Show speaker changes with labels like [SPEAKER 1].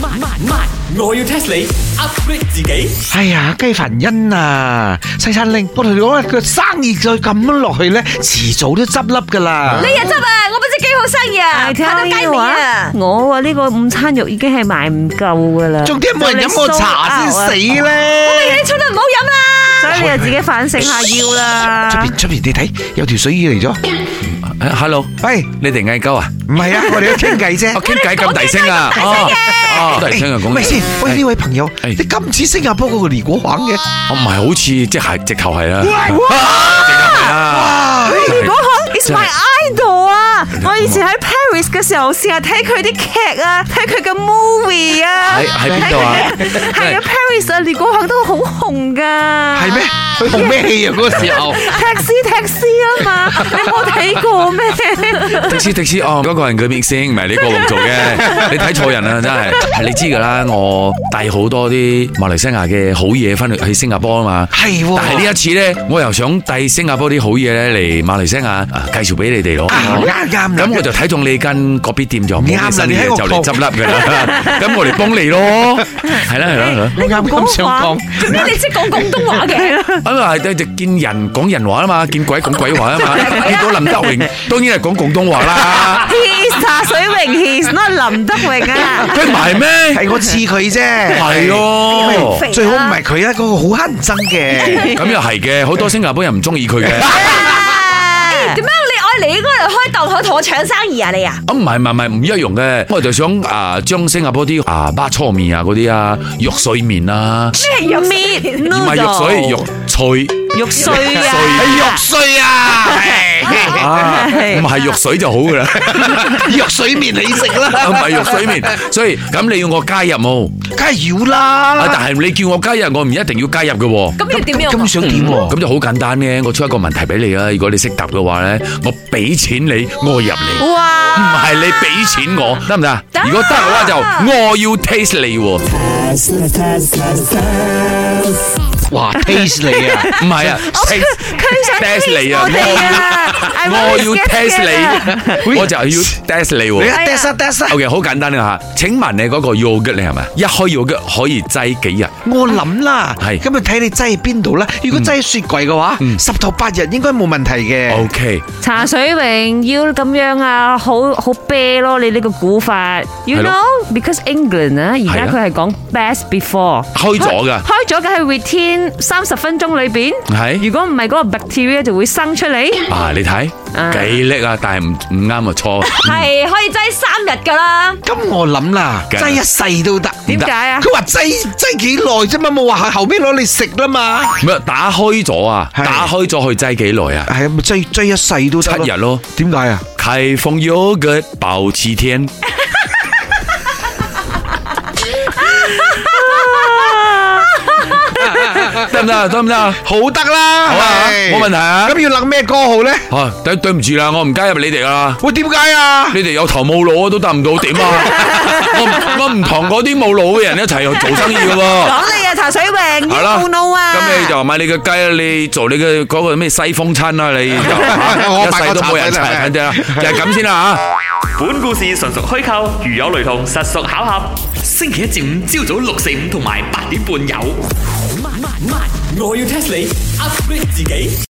[SPEAKER 1] 慢慢慢，我要 test 你 upgrade 自己。
[SPEAKER 2] 哎呀，雞凡恩啊，西餐拎，我同你講啊，佢生意再咁樣落去咧，遲早都執笠噶啦
[SPEAKER 3] 你。日執啊！我本身幾好生意啊，
[SPEAKER 4] 睇
[SPEAKER 3] 拍到街尾啊！
[SPEAKER 4] 我啊呢個午餐肉已經係賣唔夠噶啦，
[SPEAKER 2] 重點冇人飲我茶
[SPEAKER 4] à.
[SPEAKER 2] 先死
[SPEAKER 3] 你
[SPEAKER 2] 咧。
[SPEAKER 3] 啲醋都唔好飲啦！
[SPEAKER 4] 所以你就自己反省下要
[SPEAKER 2] 出
[SPEAKER 4] 啦。
[SPEAKER 2] 邊出邊，你睇有條水魚嚟咗。
[SPEAKER 5] 啊，hello，
[SPEAKER 2] 喂，
[SPEAKER 5] 你哋嗌交啊？
[SPEAKER 2] 唔係啊，我哋喺度傾偈啫
[SPEAKER 5] 我。傾偈咁大聲啊！哦，大聲啊！
[SPEAKER 2] 誒
[SPEAKER 5] 講
[SPEAKER 2] 咪先，喂呢位朋友，
[SPEAKER 5] 哎
[SPEAKER 2] 你咁似新加坡嗰個尼果玩嘅，
[SPEAKER 5] 我唔係好似即係直頭係啦，
[SPEAKER 2] 哇！
[SPEAKER 4] 如果可 is my idol 啊！我以前喺 Paris 嘅時候，成日睇佢啲劇啊，睇佢嘅 movie 啊
[SPEAKER 5] 喺，喺邊度啊？
[SPEAKER 4] 係啊 Paris 啊，連嗰行都好紅噶。
[SPEAKER 2] 係咩？佢紅咩戲啊？嗰個時
[SPEAKER 5] 哦，
[SPEAKER 2] 候
[SPEAKER 4] ？taxi taxi 啊嘛，你冇睇過咩？
[SPEAKER 5] 的士的士哦，嗰個人佢明星，唔係你過龍做嘅，你睇錯人啦，真係。係你知㗎啦，我帶好多啲馬來西亞嘅好嘢翻去去新加坡啊嘛。
[SPEAKER 2] 係
[SPEAKER 5] 但係呢
[SPEAKER 2] 喎。
[SPEAKER 5] 一次咧，我又想帶新加坡啲好嘢咧嚟馬來西亞啊介紹俾你哋咯。
[SPEAKER 2] 啊啱啱啦
[SPEAKER 5] 咁我就睇中你間個別店就冇
[SPEAKER 2] 啱啦
[SPEAKER 5] 咩新
[SPEAKER 2] 你喺
[SPEAKER 5] 嘢
[SPEAKER 2] 我
[SPEAKER 5] 就嚟
[SPEAKER 2] 鋪
[SPEAKER 5] 執笠㗎啦。咁我嚟幫你咯，係啦係啦係啦。
[SPEAKER 2] 我啱啱想講，
[SPEAKER 3] 做咩你識講廣東話嘅？
[SPEAKER 5] 咁啊，係就見人講人話啊嘛，見鬼講鬼話啊嘛。見到林德榮，當然係講廣東話啦。
[SPEAKER 4] He's 茶水榮，He's not 林德榮啊！
[SPEAKER 5] 佢唔係咩？
[SPEAKER 2] 係我似佢啫。
[SPEAKER 5] 係啊 哦，
[SPEAKER 2] 最好唔係佢啊，嗰個好乞人憎嘅。
[SPEAKER 5] 咁又係嘅，好多新加坡人唔中意佢嘅。
[SPEAKER 3] 點樣你愛嚟應該嚟開檔口同我搶生意啊你啊？
[SPEAKER 5] 啊，唔係唔係唔係唔一樣嘅，我就想啊，將新加坡啲啊巴搓麵啊嗰啲啊，肉碎麵啊，
[SPEAKER 3] 咩肉面？
[SPEAKER 5] 唔係肉碎，肉脆
[SPEAKER 4] 肉碎啊！
[SPEAKER 2] 係肉碎啊！係
[SPEAKER 5] 啊，唔係肉水就好 噶啦，
[SPEAKER 2] 肉水面你食啦，
[SPEAKER 5] 唔係肉水麵。所以咁你要我加入冇？
[SPEAKER 2] 梗係要
[SPEAKER 5] 啊，
[SPEAKER 2] 啦。
[SPEAKER 5] 但係你叫我加入，我唔一定要加入嘅喎。
[SPEAKER 3] 咁要點
[SPEAKER 2] 咁
[SPEAKER 3] 樣？啊
[SPEAKER 2] 想點喎？
[SPEAKER 5] 嗯咁就好簡單嘅，我出一個問題俾你啊！如果你識答嘅話咧，我俾錢你，我入嚟，
[SPEAKER 4] 哇！
[SPEAKER 5] 唔係你俾錢我，得唔得啊？如果得嘅話就我要 taste 你喎，唔
[SPEAKER 2] 哇，taste à. 你啊！
[SPEAKER 5] 係 啊
[SPEAKER 4] 哦佢想
[SPEAKER 5] taste 你啊，
[SPEAKER 4] 我哋 啊
[SPEAKER 5] 我要我要 taste 你，我就要 taste 你
[SPEAKER 2] 你
[SPEAKER 5] 喎。
[SPEAKER 2] 啊，test 啊，test à. 啊！
[SPEAKER 5] OK，好簡單啦嚇。請問你嗰個 yogurt 你係咪一開 yogurt 可以擠幾日？
[SPEAKER 2] 我諗啦，
[SPEAKER 5] 係
[SPEAKER 2] 咁就睇你擠喺邊度啦。如果擠喺雪櫃嘅話，十頭八日應該冇問題嘅。
[SPEAKER 5] OK，
[SPEAKER 4] 茶水榮要咁樣啊，好好啤咯，你呢個估法，you
[SPEAKER 5] 係咯
[SPEAKER 4] know because England 啊，而家
[SPEAKER 5] 係啊
[SPEAKER 4] 佢係講 best before
[SPEAKER 5] 開咗㗎
[SPEAKER 4] 開咗嘅係 within 三十分鐘裏邊，
[SPEAKER 5] 係
[SPEAKER 4] 如果唔係嗰個 bacteria 就會生出嚟。
[SPEAKER 5] 啊！你睇
[SPEAKER 4] 啊
[SPEAKER 5] 幾叻啊，但係唔唔啱啊，錯。
[SPEAKER 3] 係可以擠三日㗎啦。
[SPEAKER 2] 咁我諗啦，
[SPEAKER 5] 梗
[SPEAKER 2] 擠
[SPEAKER 5] 係
[SPEAKER 2] 一世都得。
[SPEAKER 4] 點解啊？
[SPEAKER 2] 佢話擠擠幾耐啫嘛，冇話後尾攞嚟食啦嘛。
[SPEAKER 5] 唔係打開咗啊，
[SPEAKER 2] 係
[SPEAKER 5] 打開咗去擠幾耐啊？
[SPEAKER 2] 係啊，咪擠擠一世都得咯
[SPEAKER 5] 七日咯。
[SPEAKER 2] 點解啊？
[SPEAKER 5] 開封 yogurt 保七天，得唔得啊？得唔得啊？
[SPEAKER 2] 好得啦，
[SPEAKER 5] 好啊
[SPEAKER 2] 係
[SPEAKER 5] 冇問題啊
[SPEAKER 2] 咁要諗咩歌號咧？
[SPEAKER 5] 啊，對對唔住啦，我唔加入你哋啦。
[SPEAKER 2] 喂，點解啊？
[SPEAKER 5] 你哋有頭冇腦啊，都答唔到點啊！我唔我唔同嗰啲冇腦嘅人一齊去做生意嘅喎。
[SPEAKER 4] 講你啊，茶水榮
[SPEAKER 5] 係啦
[SPEAKER 4] 要腦啊！
[SPEAKER 5] 咁你就買你嘅雞啊，你做你嘅嗰個咩西風餐啦，你就
[SPEAKER 2] 我
[SPEAKER 5] 一
[SPEAKER 2] 買個
[SPEAKER 5] 世都冇人
[SPEAKER 2] 茶
[SPEAKER 5] 齊
[SPEAKER 2] 餐
[SPEAKER 5] 睇啦，就係咁先啦嚇。
[SPEAKER 6] 本故事純屬虛構，如有雷同，實屬巧合。星期一至五朝早六四五同埋八點半有。
[SPEAKER 1] 慢慢慢，我要 test 你 upgrade 自己。